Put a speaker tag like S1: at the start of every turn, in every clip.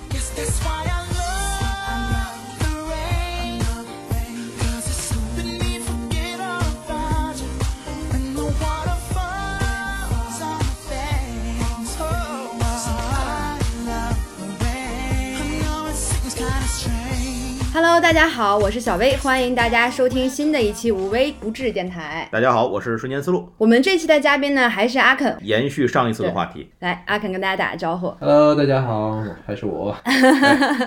S1: That's why I love the rain. 'Cause it's something you forget all about you. And the waterfalls on my face. Oh, so I love the rain. I know it seems kinda strange.
S2: Hello，大家好，我是小薇，欢迎大家收听新的一期无微不至电台。
S3: 大家好，我是瞬间思路。
S2: 我们这期的嘉宾呢还是阿肯，
S3: 延续上一次的话题，
S2: 来，阿肯跟大家打个招呼。
S4: Hello，大家好，还是我。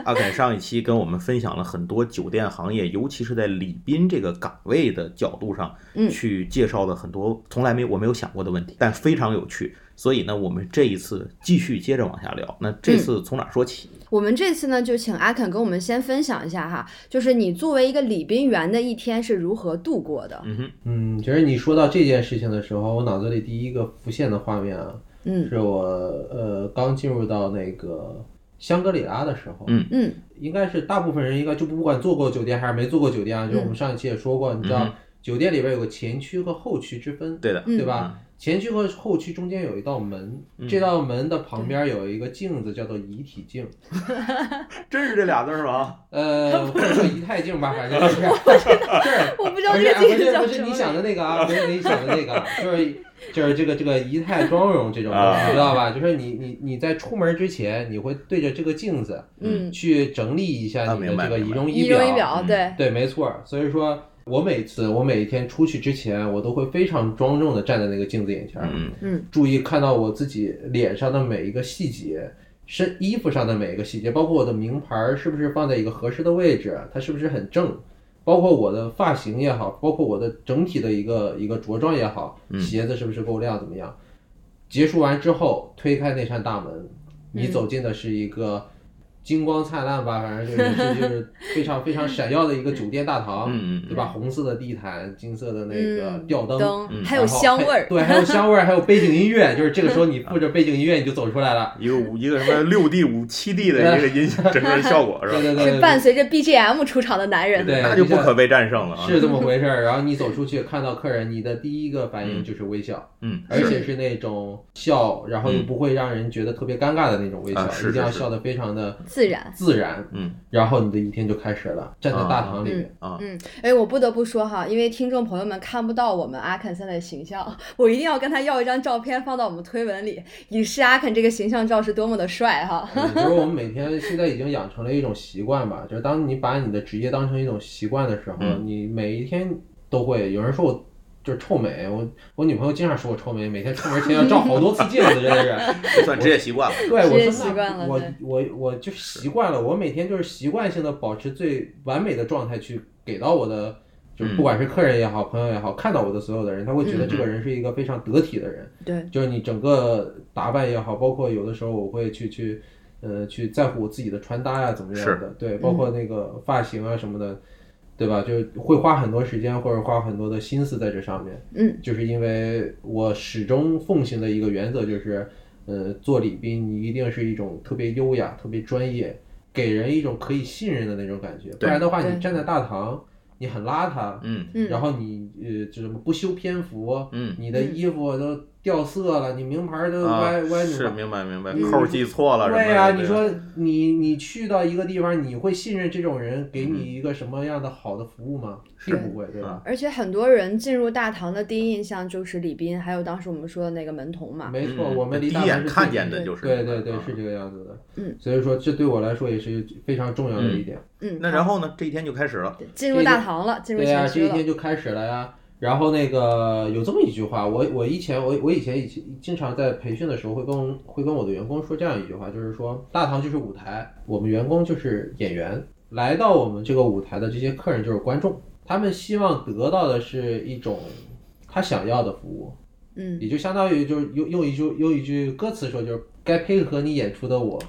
S3: 阿肯上一期跟我们分享了很多酒店行业，尤其是在礼宾这个岗位的角度上，
S2: 嗯
S3: 去介绍了很多从来没我没有想过的问题，但非常有趣。所以呢，我们这一次继续接着往下聊。那这次从哪儿说起？
S2: 我们这次呢就请阿肯跟我们先分享一下哈，就是你作为一个礼宾员的一天是如何度过的？
S3: 嗯哼，
S4: 嗯，其实你说到这件事情的时候，我脑子里第一个浮现的画面啊，
S2: 嗯
S4: 是我呃刚进入到那个香格里拉的时候，
S3: 嗯
S2: 嗯
S4: 应该是大部分人应该就不管做过酒店还是没做过酒店啊，就我们上一期也说过，你知道、
S3: 嗯
S4: 酒店里边有个前区和后区之分，
S3: 对的，
S2: 嗯
S4: 对吧？前区和后区中间有一道门，这道门的旁边有一个镜子，叫做遗体镜，
S3: 真是这俩字儿吗？
S4: 呃，或者说仪态镜吧，反正就是 这儿
S2: 我不知
S4: 不
S2: 道
S4: 是
S2: 这
S4: 啊不
S2: 个
S4: 是
S2: 剧叫
S4: 不
S2: 什
S4: 是
S2: 么
S4: 你。想 的那个啊，不是你想的那个啊，就是就是这个这个仪态妆容这种东
S3: 啊
S4: 西，知道吧？就是你你你在出门之前，你会对着这个镜子
S2: 嗯，
S4: 去整理一下
S3: 啊
S4: 你
S3: 明
S4: 的
S3: 白
S4: 这个
S3: 明
S4: 仪
S3: 白
S4: 容
S2: 仪
S4: 仪
S2: 容仪
S4: 表。
S2: 表
S3: 嗯
S2: 对，
S4: 对，没错儿。所以说我每次我每一天出去之前，我都会非常庄重的站在那个镜子眼前儿，
S3: 嗯，
S4: 注意看到我自己脸上的每一个细节。身衣服上的每一个细节，包括我的名牌儿是不是放在一个合适的位置，它是不是很正，包括我的发型也好，包括我的整体的一个一个着装也好，
S3: 嗯
S4: 鞋子是不是够亮，怎么样？结束完之后，推开那扇大门，你
S2: 嗯
S4: 走进的是一个金光灿烂吧，反正就是 就是就是非常非常闪耀的一个酒店大堂，
S3: 嗯嗯嗯
S4: 对吧？红色的地毯，金色的那个
S2: 嗯
S4: 吊灯，
S3: 嗯
S2: 还有
S4: 然后
S2: 香味儿，
S4: 对，还有香味儿，还有背景音乐，就是这个时候你附着背景音乐你就走出 来了，
S3: 一个五一个什么六 D 五七 D 的一个音响整个效果是
S4: 对
S3: 吧？
S4: 对对
S2: 是
S4: 对
S2: 伴
S4: 对，
S2: 随着 BGM 出场的男人。
S4: 对
S3: 那就不可被战胜了啊！
S4: 是这么回事儿。然后你走出去看到客人，你的第一个反应就是微笑，
S3: 嗯，
S4: 而且是那种笑，然后又
S3: 嗯
S4: 不会让人觉得特别尴尬的那种微笑，
S3: 啊是
S4: 一定要
S3: 是是
S4: 笑得非常的
S2: 自然，
S4: 自然，
S3: 嗯，
S4: 然后你的一天就开始了，站在大堂里面。
S3: 啊，
S2: 嗯，哎，我不得不说哈，因为听众朋友们看不到我们阿肯现在的形象， 我一定要跟他要一张照片放到我们推文里，以示阿肯这个形象照是多么的帅哈。
S4: 嗯就是我们每天现在已经养成了一种习惯吧，就是当你把你的职业当成一种习惯的时候，
S3: 嗯
S4: 你每一天都会有人说我就是臭美，我我女朋友经常说我臭美，每天出门前要照好多次镜子，真 的是。
S3: 这算职业习惯了。
S4: 对，
S2: 职
S4: 我
S2: 业
S4: 说
S2: 习惯了
S4: 那我
S2: 对
S4: 我我就习惯了，我每天就是习惯性的保持最完美的状态去给到我的，
S2: 嗯
S4: 就是不管是客人也好，朋友也好，看到我的所有的人，他会觉得
S3: 嗯
S4: 这个人是一个非常得体的人。
S2: 对，
S4: 就是你整个打扮也好，包括有的时候我会去去，呃，去在乎我自己的穿搭呀、怎么样的，对，
S2: 嗯
S4: 包括那个发型啊什么的，对吧？就是会花很多时间或者花很多的心思在这上面。
S2: 嗯，
S4: 就是因为我始终奉行的一个原则就是，呃，做礼宾你一定是一种特别优雅、特别专业，给人一种可以信任的那种感觉，不
S3: 对
S4: 然的话，
S2: 对
S4: 你站在大堂，你很邋遢，
S3: 嗯
S2: 嗯，
S4: 然后你呃，就什么不修边幅，
S3: 嗯
S4: 你的衣服都掉色了，你名牌儿都
S3: 啊
S4: 呃歪，歪扭
S3: 是
S4: 了。
S3: 明白明白，
S2: 嗯
S3: 扣儿记错了什么的。
S4: 对呀、你
S3: 吧
S4: 说你你去到一个地方，你会信任这种人给你一个什么样的好的服务吗？
S3: 嗯是
S4: 并不会，对吧？
S2: 而且很多人进入大堂的第一印象就是礼宾，还有当时我们说的那个门童嘛。
S4: 没错，
S3: 嗯
S4: 我们离
S3: 第
S4: 大
S3: 一
S4: 门
S3: 眼
S4: 是最
S3: 看
S4: 近
S3: 见
S4: 的
S3: 的就是
S4: 对对对
S3: 啊，
S4: 是这个样子的。
S2: 嗯，
S4: 所以说这对我来说也是非常重要的一点。
S2: 嗯，
S3: 那然后呢？啊这一天就开始了。
S2: 好进入大堂了，进入
S4: 对
S2: 前
S4: 呀、这
S2: 区
S4: 一
S2: 了。
S4: 天就开始了呀。然后那个有这么一句话，我我以前我我以前以前经常在培训的时候会跟会跟我的员工说这样一句话，就是说大堂就是舞台，我们员工就是演员，来到我们这个舞台的这些客人就是观众，他们希望得到的是一种他想要的服务，
S2: 嗯，
S4: 也就相当于就是用用一句用一句歌词说，就是该配合你演出 的我，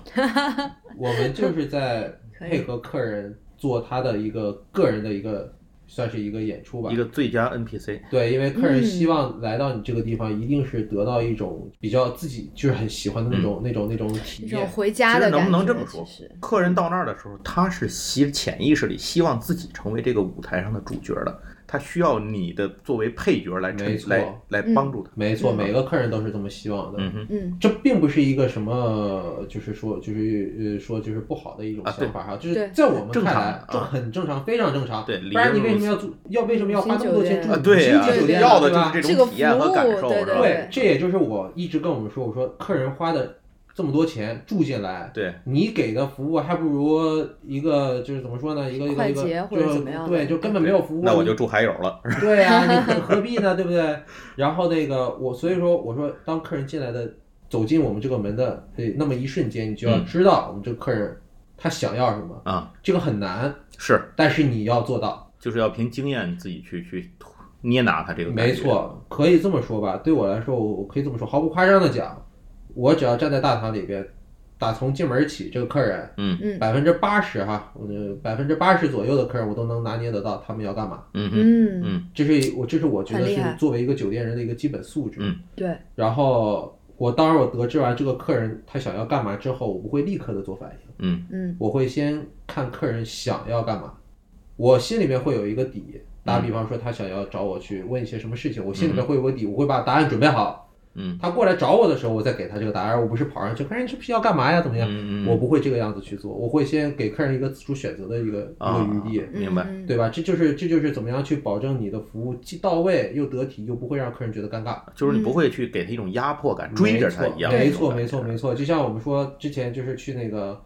S4: 我们就是在
S2: 可以
S4: 配合客人做他的一个个人的一个算是一个演出吧
S3: 一。个最佳 NPC，
S4: 对，因为客人
S2: 嗯
S4: 希望来到你这个地方，一定是得到一种比较自己就是很喜欢的那
S3: 嗯
S4: 种、那种那种体
S2: 一种
S4: 验。
S2: 回
S3: 其
S2: 家
S3: 实
S2: 的感觉。
S3: 能不能这么说
S2: 其实？
S3: 客人到那儿的时候，他是希潜意识里希望自己成为这个舞台上的主角的，他需要你的作为配角来
S4: 没
S3: 衬
S4: 错
S3: 来来
S2: 嗯
S3: 帮助他。
S4: 没错，
S2: 嗯
S4: 每个客人都是这么希望的。
S3: 嗯哼，
S2: 嗯
S4: 这并不是一个什么，就是说，就是呃，说就是不好的一种
S3: 啊对
S4: 想法哈，就是
S2: 对
S4: 在我们
S3: 正
S4: 看
S3: 常
S4: 来
S3: 啊，
S4: 这很正常，非常正常。
S3: 对
S4: 不然你
S3: 理
S4: 为
S3: 由如此
S4: 什么要住，要为什么要花那么多钱住
S2: 五
S3: 啊，
S2: 星
S4: 五星
S3: 对呀、
S4: 级酒店呢？
S3: 要的
S4: 对吧
S3: 就是
S2: 这
S3: 这
S2: 个
S3: 种体验和感
S2: 服务
S3: 受，
S2: 对
S3: 是吧？
S4: 对，这也就是我一直跟我们说，我说客人花的这么多钱住进来，
S3: 对
S4: 你给的服务还不如一个就是怎么说呢，一个一个
S2: 快
S4: 一个
S2: 捷或者
S4: 就
S2: 怎么样的
S4: 对，就根本没有服务，
S3: 那我就住海友了。
S4: 对啊，你何何必呢，对不对？然后那个我，所以说我说，当客人进来的走进我们这个门的呃那么一瞬间，你就要
S3: 嗯
S4: 知道我们这个客人他想要什么
S3: 啊，
S4: 这个很难，
S3: 是，
S4: 但是你要做到。
S3: 就是要凭经验自己去去捏拿它这个。
S4: 没，错，可以这么说吧。对我来说，我我可以这么说，毫不夸张的讲，我只要站在大堂里边，打从进门起，这个客人
S3: 嗯
S2: 嗯
S4: 百分之八十哈，呃，百分之八十左右的客人，我都能拿捏得到他们要干嘛。
S3: 嗯哼
S2: 嗯，
S4: 这是我这是我觉得
S2: 很厉
S4: 是
S2: 害
S4: 作为一个酒店人的一个基本素质。
S3: 嗯
S2: 对，
S4: 然后我当然我得知完这个客人他想要干嘛之后，我不会立刻的做反应，
S3: 嗯
S2: 嗯
S4: 我会先看客人想要干嘛，我心里面会有一个底。打比方说，他想要找我去问一些什么事情，我心里面会有个底，我会把答案准备好。
S3: 嗯
S4: 他过来找我的时候，我再给他这个答案，我不是跑上去，客人这不是要干嘛呀？怎么样？
S3: 嗯嗯，
S4: 我不会这个样子去做，我会先给客人一个自主选择的一个、
S3: 啊
S4: 一个余地。
S3: 明白
S2: 嗯
S4: 对吧？这就是这就是怎么样去保证你的服务既到位又得体，又不会让客人觉得尴尬。
S3: 就是你不会去给他一种压迫感，追着他一样。
S4: 没错，没错，没错，没错。就像我们说之前就是去那个。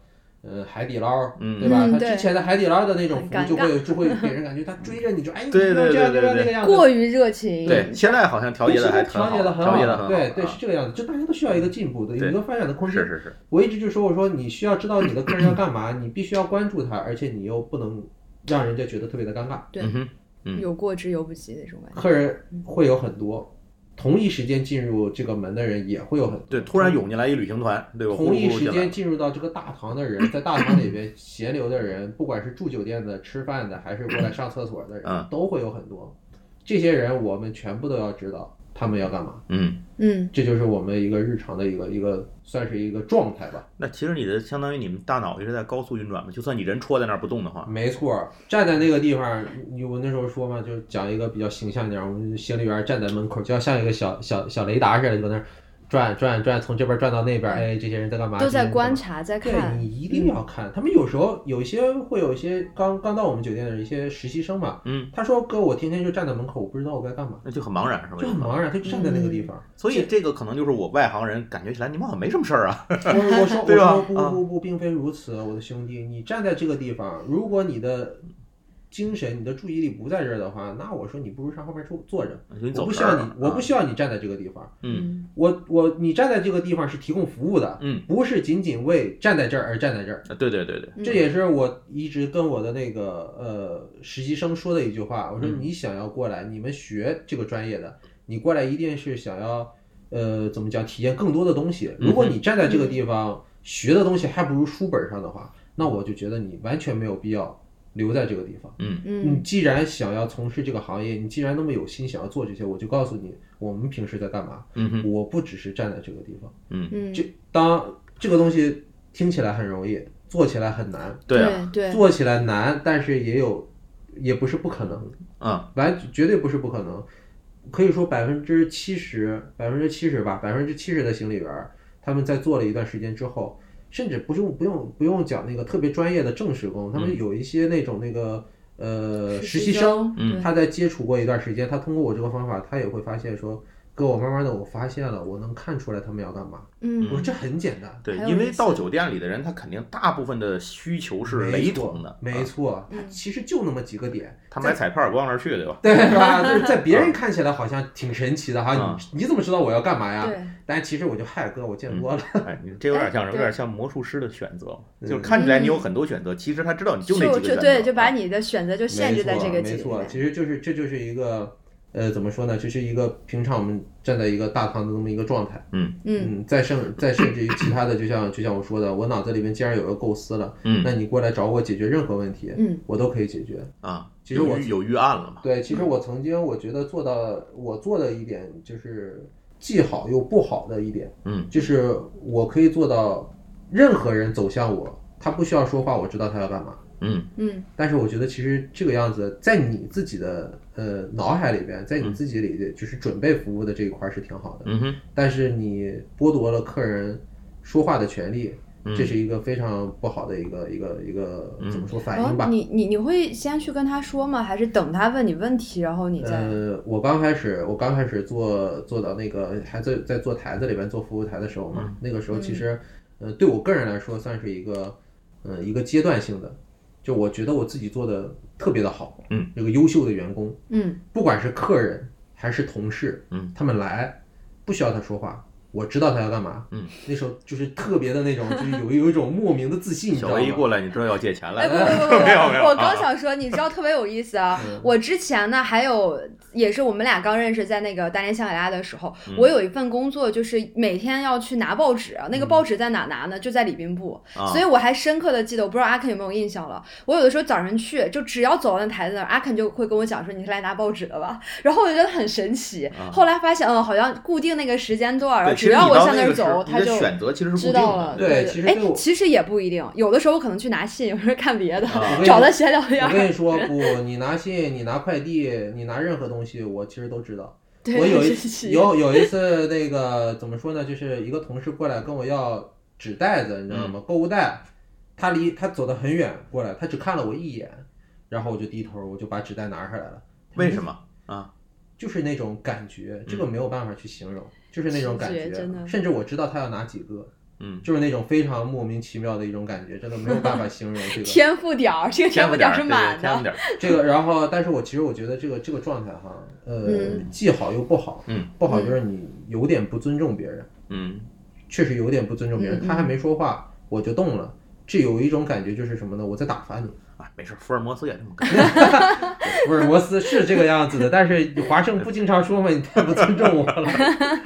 S4: 呃，海底捞，
S3: 嗯
S4: 对吧？
S2: 嗯
S4: 他
S2: 对
S4: 之前的海底捞的那种
S2: 很
S4: 服务
S2: 尴
S4: 就会就会给人感觉他追着你就，哎，你不
S3: 对
S4: 要
S3: 对
S4: 这样，
S3: 对
S4: 不
S3: 对
S4: 要那个
S3: 对
S4: 样子。
S2: 过于热情，
S3: 对，现在好像调节的还
S4: 但是
S3: 很
S4: 他
S3: 好，
S4: 调节的
S3: 调节的
S4: 好，
S3: 很
S4: 对对，
S3: 啊
S4: 是这个样子。就大家都需要一个进步的，有
S3: 对
S4: 一个发展的空
S3: 是
S4: 间。
S3: 是是，
S4: 我一直就说，我说你需要知道你的客人要干嘛，你必须要关注他，而且你又不能让人家觉得特别的尴尬。
S2: 对
S3: 嗯哼，嗯啊
S2: 有过之犹不及那种感觉。
S4: 客人会有很多，同一时间进入这个门的人也会有很多。
S3: 对，突然涌进来一旅行团，对吧？呼噜
S4: 同一
S3: 呼噜
S4: 时
S3: 进来
S4: 间进入到这个大堂的人，在大堂里边闲聊的人，不管是住酒店的、吃饭的，还是过来上厕所的
S3: 嗯
S4: 人，都会有很多。这些人我们全部都要知道他们要干嘛，
S3: 嗯，
S2: 嗯，
S4: 这就是我们一个日常的一个一个算是一个状态吧。
S3: 那其实你的相当于你们大脑一直在高速运转嘛，就算你人戳在那儿不动的话，
S4: 没错，站在那个地方，你我那时候说嘛，就讲一个比较形象一点，我们行李员站在门口，就要像一个小小小雷达似的，就在那儿转转转，从这边转到那边，哎，这些人在干嘛？
S2: 都
S4: 这些
S2: 在
S4: 人干嘛
S2: 观察，在
S4: 对
S2: 看
S4: 你，一定要
S3: 嗯
S4: 看。他们有时候有一些会有一些刚刚到我们酒店的一些实习生嘛，
S3: 嗯，
S4: 他说哥，我天天就站在门口，我不知道我该干嘛，
S3: 那就很茫然，是吧？
S4: 就很茫然，他就站在那个地方。
S3: 所以这个可能就是我外行人感觉起来，你们好像没什么事儿啊。
S4: 我我说我
S3: 对吧
S4: 说不
S3: 啊
S4: 不不，并非如此，我的兄弟，你站在这个地方，如果你的精神、你的注意力不在这儿的话，那我说你不如上后面坐坐着。
S3: 就你
S4: 我
S3: 走
S4: 不需
S3: 神儿
S4: 要
S3: 了
S4: 你，我不
S3: 啊
S4: 需要你站在这个地方。
S3: 嗯
S2: 嗯，
S4: 我我你站在这个地方是提供服务的，
S3: 嗯，
S4: 不是仅仅为站在这儿而站在这儿。
S3: 啊对对对对，
S2: 嗯
S4: 这也是我一直跟我的那个呃实习生说的一句话，我说
S3: 嗯
S4: 你想要过来，你们学这个专业的，你过来一定是想要呃怎么讲，体验更多的东西。如果你站在这个地方学的东西还不如书本上的话，那我就觉得你完全没有必要留在这个地方。你
S2: 嗯，
S4: 既然想要从事这个行业，你既然那么有心想要做这些，我就告诉你，我们平时在干嘛。
S3: 嗯哼，
S4: 我不只是站在这个地方，
S2: 嗯，
S4: 这当这个东西听起来很容易，做起来很难。
S3: 对啊，
S2: 对，
S4: 做起来难，但是也有，也不是不可能，
S3: 嗯
S4: 完绝对不是不可能。可以说百分之七十，百分之七十吧，百分之七十的行李员儿，他们在做了一段时间之后，甚至不用不用不用讲那个特别专业的正式
S3: 嗯
S4: 工，他们有一些那种那个呃实习生，
S2: 嗯对
S4: 他在接触过一段时间，他通过我这个方法，他也会发现说，哥，我慢慢的我发现了，我能看出来他们要干嘛。我说
S2: 嗯，
S4: 这很简单，
S3: 对
S2: 还，有
S3: 因
S2: 一
S3: 为到
S2: 些
S3: 酒店里的人，他肯定大部分的需求是雷同的，啊
S4: 没错，没错，他
S2: 嗯
S4: 其实就那么几个点，
S3: 他买彩票也不往那儿去，对吧？
S4: 对 吧？就是在别人看起来好像挺神奇的哈
S3: 嗯，
S4: 你你怎么知道我要干嘛呀？
S2: 对，
S4: 但其实我就嗨哥，我见多了。
S3: 哎，你这有点像什么？有
S2: 对
S3: 点像魔术师的选择，
S4: 嗯
S3: 就是看起来你有很多选择，其实他知道你就那
S2: 就
S3: 几个选择。
S2: 对，就把
S3: 啊
S2: 你的选择就限
S4: 没
S2: 制
S4: 错，啊
S2: 在这个几
S4: 没
S2: 里
S4: 错，
S2: 面
S4: 其实就是这就是一个呃怎么说呢？就是一个平常我们站在一个大堂的这么一个状态。
S2: 嗯，
S4: 嗯，再甚 再甚至于其他的，就像就像我说的，我脑子里面既然有个构思了，
S3: 嗯
S4: 那你过来找我解决任何问题，
S2: 嗯，
S4: 我都可以解决。
S3: 啊，
S4: 其实
S3: 有
S4: 我
S3: 预有预案了嘛？
S4: 对，其实我曾经我觉得做到我做的一点就是既好又不好的一点，
S3: 嗯，
S4: 就是我可以做到任何人走向我，他不需要说话，我知道他要干嘛。
S3: 嗯
S2: 嗯，
S4: 但是我觉得其实这个样子，在你自己的呃脑海里边，在你自己里的就是准备服务的这一块儿是挺好的，
S3: 嗯哼，
S4: 但是你剥夺了客人说话的权利，这是一个非常不好的一个一个一个怎么说反应吧
S2: 然后？哦你你你会先去跟他说吗？还是等他问你问题，然后你再？
S4: 呃，我刚开始，我刚开始做做到那个还在在做台子里边做服务台的时候嘛，
S3: 嗯
S4: 那个时候其实，呃，对我个人来说算是一个，呃，一个阶段性的，就我觉得我自己做的特别的好，
S3: 嗯，
S4: 有个优秀的员工，
S2: 嗯
S4: 不管是客人还是同事，
S3: 嗯，
S4: 他们来不需要他说话。我知道他要干嘛，
S3: 嗯，
S4: 那时候就是特别的那种，就是有有一种莫名的自信，你知
S3: 小
S4: 道吗？
S3: 薇一过来，你知道要借钱
S2: 哎，
S3: 来
S2: 不
S3: 了，
S2: 不 不不，
S3: 没有没有
S2: 我
S3: 啊
S2: 刚想说，你知道特别有意思啊！
S4: 嗯
S2: 我之前呢，还有也是我们俩刚认识，在那个大连香格里拉的时候，
S3: 嗯
S2: 我有一份工作，就是每天要去拿报纸，那个报
S3: 嗯
S2: 纸在哪拿呢？就在礼宾部。
S3: 啊
S2: 所以我还深刻的记得，我不知道阿肯有没有印象了。我有的时候早上去，就只要走到那台子那儿，阿肯就会跟我讲说：“你是来拿报纸的吧？” 然后我就觉得很神奇。
S3: 啊
S2: 后来发现，嗯，好像固定那个时间段，然后
S3: 对，
S2: 只要我向那
S3: 那
S2: 儿走，他
S3: 你
S2: 就
S3: 的选择其实是固
S2: 知
S3: 定
S2: 道了。
S3: 的，
S4: 对
S2: 对，
S4: 其实
S2: 哎
S4: 对我
S2: 其实也不一定，有的时候我可能去拿信，有时候看别的，
S3: 啊
S2: 找他闲聊天
S4: 我跟你
S2: 儿。
S4: 说，不，你拿信，你拿快递，你拿任何东西，我其实都知道。
S2: 对，
S4: 我有一
S2: 神奇
S4: 有有一次，那个怎么说呢？就是一个同事过来跟我要纸袋子，你知道吗？
S3: 嗯
S4: 购物袋，他离他走得很远过来，他只看了我一眼，然后我就低头，我就把纸袋拿下来了。
S3: 为什么？嗯
S4: 就是那种感觉，这个没有办法去形容，就是那种感
S2: 直
S4: 觉
S2: 觉真的，
S4: 甚至我知道他要拿几个，
S3: 嗯，
S4: 就是那种非常莫名其妙的一种感觉，真的没有办法形容这个。
S2: 天赋点儿，这个
S3: 添
S2: 赋
S3: 不
S2: 点
S3: 点
S2: 儿
S3: 儿
S2: 是
S3: 对
S2: 满
S3: 添
S2: 的。
S3: 不点儿，
S4: 这个，然后，但是我其实我觉得这个这个状态哈，呃，
S2: 嗯
S4: 既好又不好。
S3: 嗯，
S4: 不好就是你有点不尊重别人，
S3: 嗯
S4: 确实有点不尊重别人。
S2: 嗯嗯
S4: 他还没说话，我就动了，这有一种感觉就是什么呢？我在打发你。
S3: 啊，没事，福尔摩斯也这 么干。
S4: 福尔摩斯是这个样子的，但是华盛不经常说嘛，你太不尊重我了。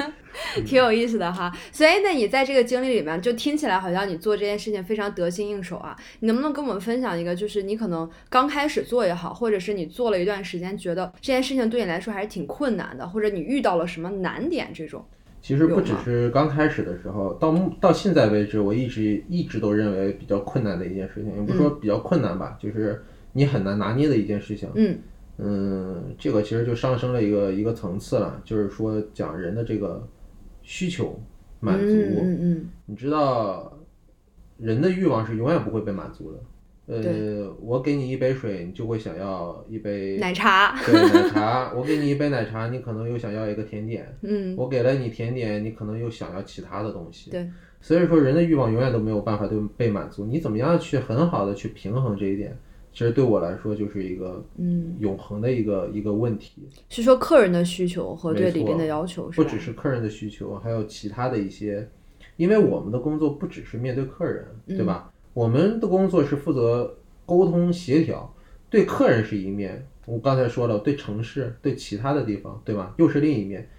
S2: 挺有意思的哈。所以呢，你在这个经历里面，就听起来好像你做这件事情非常得心应手啊。你能不能跟我们分享一个，就是你可能刚开始做也好，或者是你做了一段时间，觉得这件事情对你来说还是挺困难的，或者你遇到了什么难点这种？
S4: 其实不只是刚开始的时候，到目到现在为止，我一直一直都认为比较困难的一件事情，也不是说比较困难吧，就是你很难拿捏的一件事情。
S2: 嗯嗯
S4: 嗯，这个其实就上升了一个一个层次了，就是说讲人的这个需求满足。
S2: 嗯嗯嗯
S4: 你知道，人的欲望是永远不会被满足的。呃，我给你一杯水，你就会想要一杯
S2: 嗯，奶茶，
S4: 对奶茶；我给你一杯奶茶，你可能又想要一个甜点；
S2: 嗯，
S4: 我给了你甜点，你可能又想要其他的东西。
S2: 对，
S4: 所以说人的欲望永远都没有办法对被满足。你怎么样去很好的去平衡这一点？其实对我来说就是一个
S2: 嗯，
S4: 永恒的一个一个问题。
S2: 是说客人的需求和对
S4: 没错
S2: 里边的要求是
S4: 不
S2: 吧？
S4: 只是客人的需求，还有其他的一些，因为我们的工作不只是面对客人，对吧？我们的工作是负责沟通协调，对客人是一面，我刚才说了，对城市、对其他的地方，对吧？又是另一面。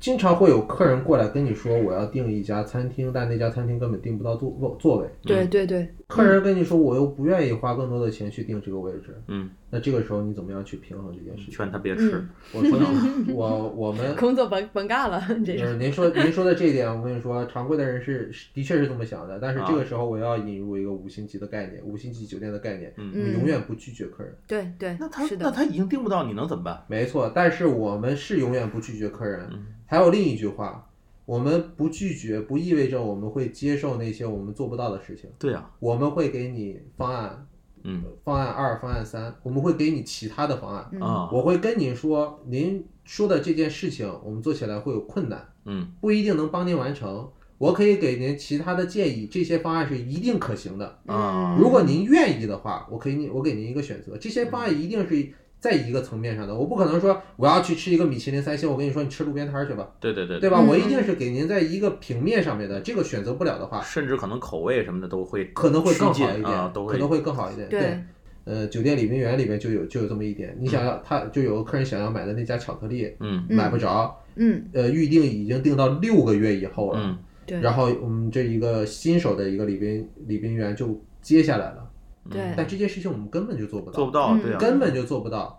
S4: 经常会有客人过来跟你说，我要订一家餐厅，但那家餐厅根本订不到座座位。
S2: 对对对，
S4: 客人跟你说，我又不愿意花更多的钱去订这个位置，
S3: 嗯，
S4: 那这个时候你怎么样去平衡这件事情？
S3: 劝他
S2: 嗯
S3: 别吃，
S4: 我说 呢，我我们
S2: 工作甭甭干了，你这
S4: 就是
S2: 是。
S4: 您说您说的这一点，我跟你说，啊常规的人是是的确是这么想的，但是这
S3: 啊
S4: 个时候我要引入一个五星级的概念，五星级酒店的概念，
S3: 嗯
S4: 我们永远不拒绝客人。
S2: 对对，
S3: 那他
S2: 是
S3: 那
S2: 的，
S3: 他已经订不到，你能怎么办？
S4: 没错，但是我们是永远不拒绝客人。
S3: 嗯
S4: 还有另一句话，我们不拒绝不意味着我们会接受那些我们做不到的事情，
S3: 对啊，
S4: 我们会给你方案，
S3: 嗯
S4: 方案二、方案三，我们会给你其他的方案。
S3: 啊，
S4: 我会跟您说，您说的这件事情，我们做起来会有困难。
S3: 嗯
S4: 不一定能帮您完成，我可以给您其他的建议，这些方案是一定可行的。
S2: 嗯
S3: 啊
S4: 如果您愿意的话，我可以你我给您一个选择，这些方案一定是在一个层面上的。我不可能说我要去吃一个米其林三星，我跟你说你吃路边摊儿去吧，
S3: 对对对
S4: 对
S3: 对，
S4: 吧？
S2: 嗯
S4: 我一定是给您在一个平面上面的，这个选择不了的话，
S3: 甚至可能口味什么的都会
S4: 可能会更
S3: 趋
S4: 好
S3: 近
S4: 一
S3: 啊
S4: 点，
S3: 都
S4: 可能
S3: 会
S4: 会更好一点。
S2: 对
S4: 对，呃，酒店礼宾员里面就有就有这么一点，你想要他就有个客人想要买的那家巧克力
S3: 嗯
S4: 买不着，
S2: 嗯，
S4: 呃，预定已经定到六个月以后了。
S3: 嗯
S2: 对
S4: 然后我们这一个新手的一个礼宾礼宾员就接下来了，
S2: 对，
S4: 但这件事情我们根本就做不到，
S3: 嗯做不到，
S2: 嗯
S3: 对啊，
S4: 根本就做不到，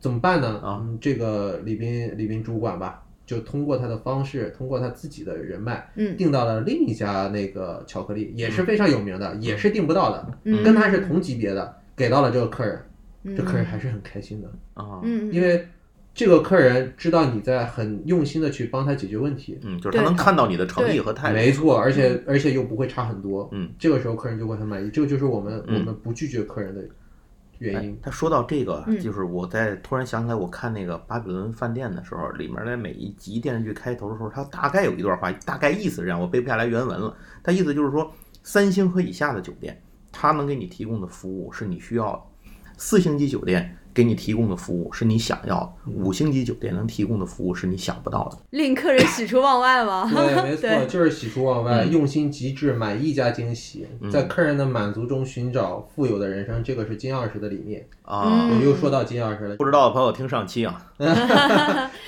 S4: 怎么办呢？
S3: 啊
S4: 嗯，这个礼宾礼宾主管吧，就通过他的方式，通过他自己的人脉，
S2: 嗯
S4: 订到了另一家那个巧
S3: 嗯
S4: 克力，也是非常有名的，也是订不到的，
S2: 嗯
S4: 跟他是同级别的，给到了这个客人，这客人还是很开心的，
S3: 啊，
S2: 嗯，
S4: 因为这个客人知道你在很用心的去帮他解决问题，
S3: 嗯，就是他
S2: 对
S3: 能看到你的诚意
S2: 对
S3: 和态度。
S4: 没错，
S2: 嗯
S4: 而且而且又不会差很多，
S3: 嗯，
S4: 这个时候客人就会很满意，这个就是我们、
S3: 嗯
S4: 我们不拒绝客人的原
S3: 哎
S4: 因，，
S3: 他说到这个
S2: 嗯，
S3: 就是我在突然想起来，我看那个《巴比伦饭店》的时候，里面的每一集电视剧开头的时候，它大概有一段话，大概意思是这样，我背不下来原文了。它意思就是说，三星和以下的酒店，它能给你提供的服务是你需要的；四星级酒店给你提供的服务是你想要的；五星级酒店能提供的服务是你想不到的。
S2: 令客人喜出望外嘛。
S4: 对，没错，
S2: 对
S4: 就是喜出望外，
S3: 哎嗯
S4: 用心极致，满意加惊喜，
S3: 嗯
S4: 在客人的满足中寻找富有的人生，这个是金钥匙的理念。
S3: 啊，
S2: 嗯
S4: 我又说到金钥匙了，
S3: 不知道的朋友听上期啊，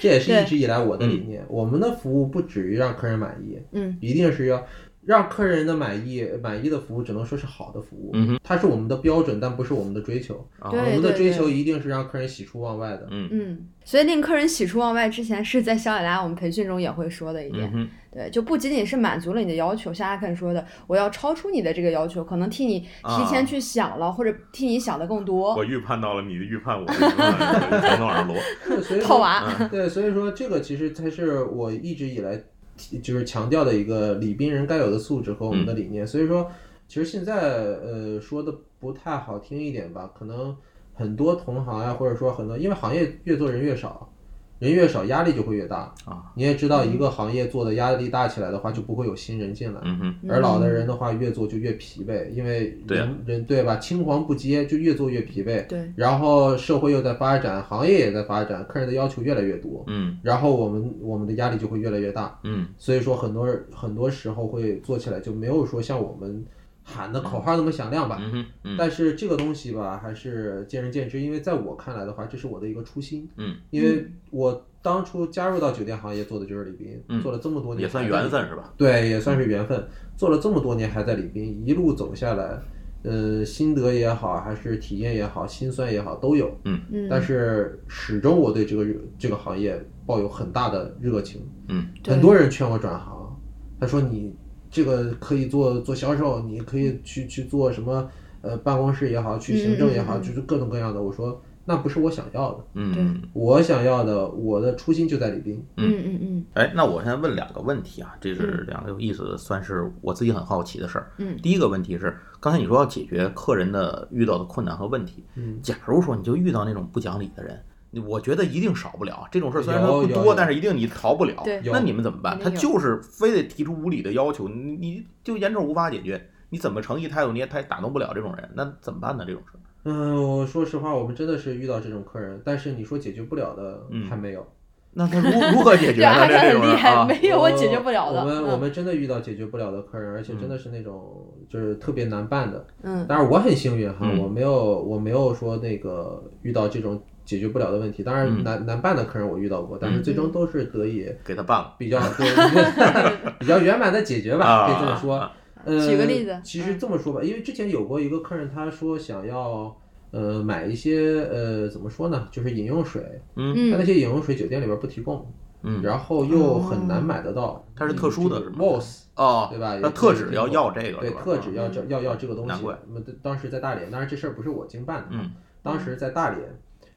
S4: 这也是一直以来我的
S3: 嗯
S4: 理念。我们的服务不止于让客人满意，
S2: 嗯
S4: 一定是要让客人的满意，满意的服务只能说是好的服务，
S3: 嗯哼，
S4: 它是我们的标准，但不是我们的追求。
S3: 啊
S2: 对
S4: 我们的追求一定是让客人喜出望外 的。
S3: 嗯
S2: 嗯，所以令客人喜出望外之前，是在小野拉我们培训中也会说的一点
S3: 嗯。哼，
S2: 对，就不仅仅是满足了你的要求，像阿肯说的，我要超出你的这个要求，可能替你提前去想了，或者替你想的更多。
S3: 我预判到了你的预判，我的预判，全都耳朵。
S4: 所以说
S2: 套娃，
S4: 对，所以说这个其实才是我一直以来提就是强调的一个礼宾人该有的素质和我们
S3: 嗯
S4: 的理念。所以说，其实现在呃说的不太好听一点吧，可能很多同行呀、或者说很多，因为行业越做人越少，人越少压力就会越大
S3: 啊。
S4: 你也知道，一个行业做的压力大起来的话，就不会有新人进来。
S3: 嗯哼，
S4: 而老的人的话，越做就越疲惫，因为
S3: 对啊
S4: 人人对吧，青黄不接，就越做越疲惫。
S2: 对，
S4: 然后社会又在发展，行业也在发展，客人的要求越来越多，
S3: 嗯
S4: 然后我们我们的压力就会越来越大，
S3: 嗯。
S4: 所以说很多很多时候会做起来就没有说像我们喊的口号那么响亮吧。
S3: 嗯哼，嗯
S4: 但是这个东西吧，还是见仁见智，因为在我看来的话，这是我的一个初心，
S3: 嗯，
S4: 因为我当初加入到酒店行业做的就是礼宾，
S3: 嗯
S4: 做了这么多年
S3: 也算
S4: 还在
S3: 缘分是吧？
S4: 对，也算是缘分。做了这么多年还在礼宾，一路走下来，呃，心得也好，还是体验也好，心酸也好，都有。
S2: 嗯，
S4: 但是始终我对这个这个行业抱有很大的热情。
S3: 嗯，
S2: 对
S4: 很多人劝我转行，他说你这个可以做做销售，你可以去去做什么呃办公室也好，去行政也
S2: 嗯嗯
S4: 好，
S2: 嗯嗯
S4: 就是各种各样的。我说那不是我想要的，
S3: 嗯，
S4: 我想要的，我的初心就在礼宾。
S2: 嗯嗯嗯
S3: 哎，那我现在问两个问题啊，这是两个有意思的，算是我自己很好奇的事儿。
S2: 嗯
S3: 第一个问题是，刚才你说要解决客人的遇到的困难和问题，
S4: 嗯，
S3: 假如说你就遇到那种不讲理的人。我觉得一定少不了这种事儿，虽然
S4: 有
S3: 说不
S4: 有
S3: 多，
S4: 有
S3: 但是一定你逃不了
S2: 对。
S4: 有
S3: 那你们怎么办？
S2: 肯
S3: 他
S2: 定有
S3: 就是非得提出无理的要求，你你就眼瞅无法解决，你怎么诚意态度你也太打动不了这种人，那怎么办呢？这种事儿，
S4: 嗯，我说实话，我们真的是遇到这种客人，但是你说解决不了的
S3: 嗯
S4: 还没有。
S3: 那他如如何解决
S2: 对，阿 肯
S3: 呢？这这种
S2: 很厉
S3: 人
S2: 害，
S3: 啊，
S2: 没有 我解决不了的。
S4: 我们
S2: 嗯
S4: 我们真的遇到解决不了的客人，而且真的是那种就是特别难办的。
S2: 嗯
S4: 当然我很幸运哈，
S3: 嗯
S4: 我没有我没有说那个遇到这种解决不了的问题。当然
S3: 嗯
S4: 难难办的客人我遇到过，但是最终都是得以
S3: 给他办了。
S4: 比较 对比较圆满的解决吧，
S3: 啊
S4: 可以这么说。呃，
S2: 举个例子嗯
S4: 其实这么说吧，因为之前有过一个客人，他说想要呃买一些呃怎么说呢，就是饮用水，但那
S2: 嗯
S4: 些饮用水酒店里边不提供，
S3: 嗯，
S4: 然后又很
S2: 哦
S4: 难买得到，
S3: 它是特殊的是吗
S4: MOS
S3: 哦，
S4: 对吧？
S3: 那
S4: 也
S3: 特指要要这个，
S4: 对
S3: 是吧
S4: 特指要这要要这个东西。
S3: 难怪
S4: 那么当时在大连，当然这事儿不是我经办的，
S3: 嗯
S4: 当时在大连，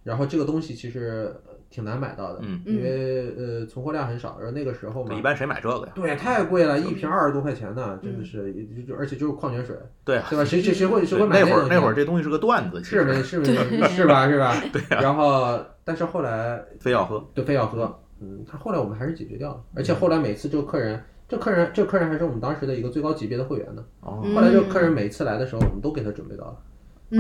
S4: 然后这个东西其实呃挺难买到的，
S3: 嗯
S4: 因为呃存货量很少，然后那个时候
S3: 这
S4: 嘛
S3: 一。般谁买这个呀？
S4: 对，太贵
S3: 嗯
S4: 了，一瓶二十多块钱呢，真的是，也就就而且就是矿泉水，
S3: 对啊，
S4: 对吧？谁谁谁会谁
S3: 对
S4: 会买
S3: 那会
S4: 东
S3: 儿
S4: 西？
S3: 那会儿这东西是个段子，其
S4: 是没
S3: 实
S4: 是没是吧 是吧？对。
S3: 啊
S4: 然后，但是后来
S3: 非要喝，
S4: 就非要喝。嗯，他后来我们还是解决掉了，而且后来每次这个客人，这客人这客人还是我们当时的一个最高级别的会员呢。
S3: 哦
S2: 嗯
S4: 后来这个客人每次来的时候，我们都给他准备到了，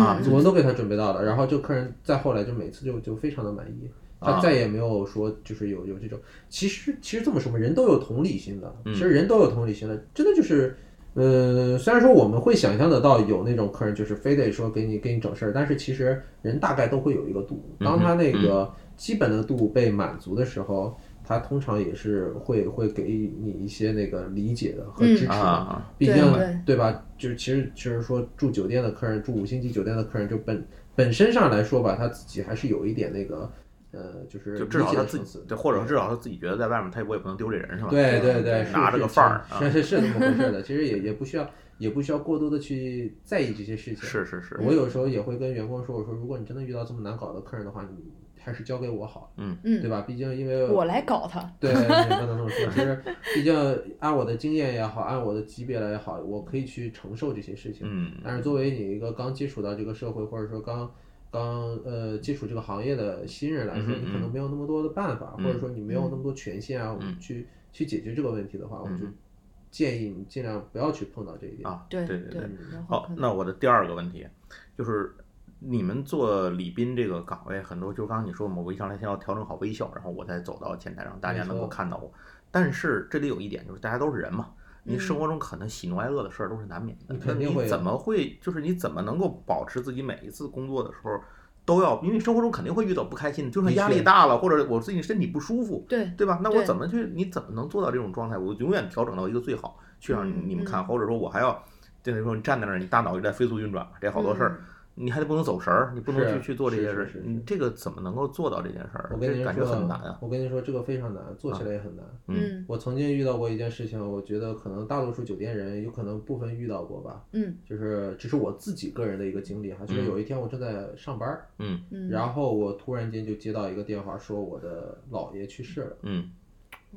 S3: 啊
S4: 我
S2: 嗯，
S4: 们都给他准备到了。然后这个客人再后来就每次就就非常的满意，他
S3: 啊
S4: 再也没有说就是有有这种。其实其实这么说嘛，人都有同理心的，
S3: 嗯
S4: 其实人都有同理心的，真的就是。呃，虽然说我们会想象得到有那种客人就是非得说给你给你整事儿，但是其实人大概都会有一个度，
S3: 嗯
S4: 当他那个基本的度被满足的时候，他通常也是会会给你一些那个理解的和
S2: 嗯
S4: 支持的。
S3: 啊，
S4: 毕竟
S2: 对对
S4: 对吧？就是其实就是说住酒店的客人，住五星级酒店的客人，就本本身上来说吧，他自己还是有一点那个呃，就是
S3: 就至少
S4: 理解
S3: 他
S4: 的
S3: 自
S4: 层
S3: 己
S4: 次，
S3: 对，或者说至少他自己觉得在外面他也我也不能丢这人是吧？
S4: 对对对，
S3: 拿着个范儿啊
S4: 是是是这么回事的。其实也也不需要，也不需要过多的去在意这些事情。
S3: 是是是，
S4: 我有时候也会跟员工说，我说如果你真的遇到这么难搞的客人的话，你还是交给我好，对
S2: 嗯，
S4: 吧？毕竟因为
S2: 我来搞他，
S4: 对，也不能这么说。其实，毕竟按我的经验也好，按我的级别来也好，我可以去承受这些事情。
S3: 嗯
S4: 但是作为你一个刚接触到这个社会，或者说刚刚呃接触这个行业的新人来说，
S3: 嗯嗯
S4: 你可能没有那么多的办法，
S3: 嗯
S4: 或者说你没有那么多权限啊，我们去去解决这个问题的话，我就建议你尽量不要去碰到这一点。
S3: 嗯啊，
S2: 对
S3: 对
S2: 对
S3: 对。
S2: 有好可，
S3: 好
S2: 能
S3: 那我的第二个问题就是，你们做礼宾这个岗位，很多就刚刚你说嘛，我一上来先要调整好微笑，然后我再走到前台，让大家能够
S4: 没错
S3: 看到我。但是这里有一点就是，大家都是人嘛，你
S2: 嗯
S3: 生活中可能喜怒哀乐的事儿都是难免的
S4: 你。
S3: 那
S4: 肯定
S3: 你
S4: 会有
S3: 怎么会就是你怎么能够保持自己每一次工作的时候都要，因为生活中肯定会遇到不开心的，就算
S4: 的确
S3: 压力大了，或者我最近身体不舒服，
S2: 对，
S3: 对吧？那我
S2: 对
S3: 怎么去？你怎么能做到这种状态？我永远调整到一个最好，去让
S2: 嗯
S3: 你们看，
S2: 嗯
S3: 或者说我还要，就是说你站在那儿，你大脑就在飞速运转嘛，这好多事
S2: 嗯
S3: 儿，你还得不能走神儿，你不能
S4: 是啊
S3: 去去做这些
S4: 是
S3: 事
S4: 是
S3: 儿
S4: 是，是
S3: 你这个怎么能够做到这件事儿？
S4: 我跟
S3: 这
S4: 您
S3: 感觉
S4: 说
S3: 很难啊。
S4: 我跟您说，这个非常难，做起来也很难。
S2: 嗯
S4: 我曾经遇到过一件事情，我觉得可能大多数酒店人有可能部分遇到过吧，
S2: 嗯
S4: 就是只是我自己个人的一个经历哈，就是有一天我正在上班儿，
S3: 嗯
S2: 嗯，
S4: 然后我突然间就接到一个电话，说我的姥爷去世了，
S3: 嗯